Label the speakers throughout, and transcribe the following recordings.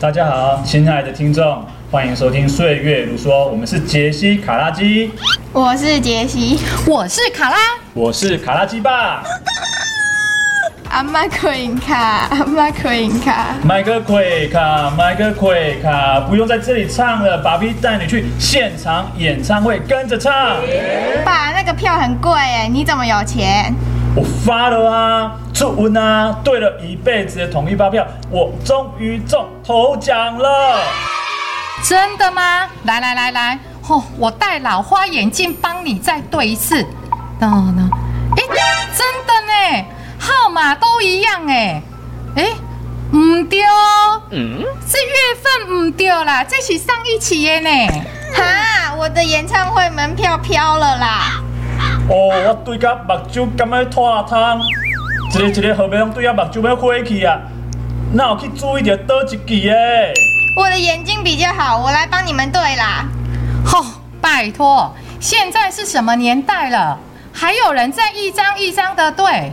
Speaker 1: 大家好，亲爱的听众，欢迎收听《岁月如说》，我们是杰西卡拉鸡，
Speaker 2: 我是杰西，
Speaker 3: 我是卡拉，
Speaker 1: 我是卡拉鸡爸，
Speaker 2: 阿妈可以卡，阿妈可以卡，
Speaker 1: 买个奎卡，买个奎卡，不用在这里唱了，爸比带你去现场演唱会跟着唱，
Speaker 2: 爸，那个票很贵哎，你怎么有钱？
Speaker 1: 我发了啊，初吻啊，对了一辈子的统一发票，我终于中头奖了。
Speaker 3: 真的吗？来来来来，哦，我戴老花眼镜帮你再对一次。那那，哎，真的呢，号码都一样哎，哎，唔对哦，是月份唔对啦，这是上一期的呢。
Speaker 2: 哈，我的演唱会门票飘了啦！
Speaker 1: 哦，我对甲目睭感觉脱汤，一个一个号码拢对啊目睭要花去啊，哪有去注意到倒一支诶？
Speaker 2: 我的眼睛比较好，我来帮你们对啦。
Speaker 3: 哦，拜托，现在是什么年代了，还有人在一张一张的对？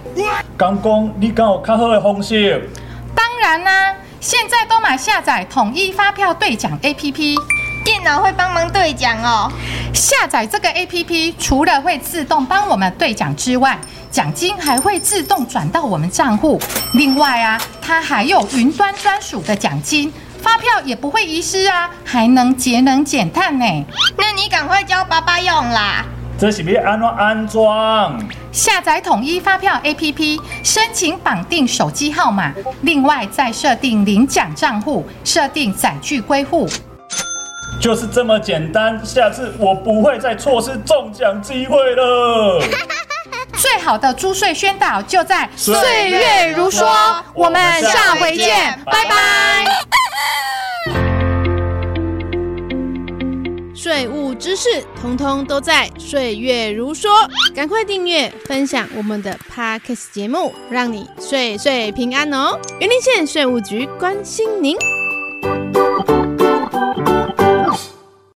Speaker 1: 敢讲你敢有较好的方式？
Speaker 3: 当然啦、现在都买下载统一发票兑奖 APP。
Speaker 2: 电脑会帮忙兑奖哦。
Speaker 3: 下载这个 APP，除了会自动帮我们兑奖之外，奖金还会自动转到我们账户。另外啊，它还有云端专属的奖金，发票也不会遗失啊，还能节能减碳呢。
Speaker 2: 那你赶快教爸爸用啦。
Speaker 1: 这是要安怎安装？
Speaker 3: 下载统一发票 APP，申请绑定手机号码，另外再设定领奖账户，设定载具归户。
Speaker 1: 就是这么简单，下次我不会再错失中奖机会了。
Speaker 3: 最好的租税宣导就在
Speaker 1: 岁月如梭我们下
Speaker 2: 回见拜拜。
Speaker 4: 税务知识，通通都在《岁月如说》。赶快订阅、分享我们的 Podcast 节目，让你岁岁平安哦！云林县税务局关心您。